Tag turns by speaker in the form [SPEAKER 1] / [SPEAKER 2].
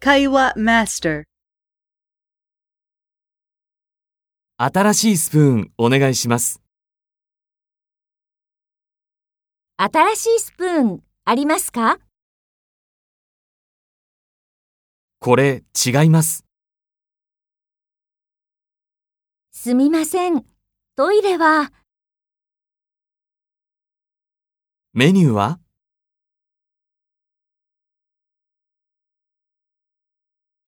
[SPEAKER 1] 会話マスター。
[SPEAKER 2] 新しいスプーンお願いします。
[SPEAKER 3] 新しいスプーンありますか
[SPEAKER 2] これ違います。
[SPEAKER 3] すみません。トイレは
[SPEAKER 2] メニューは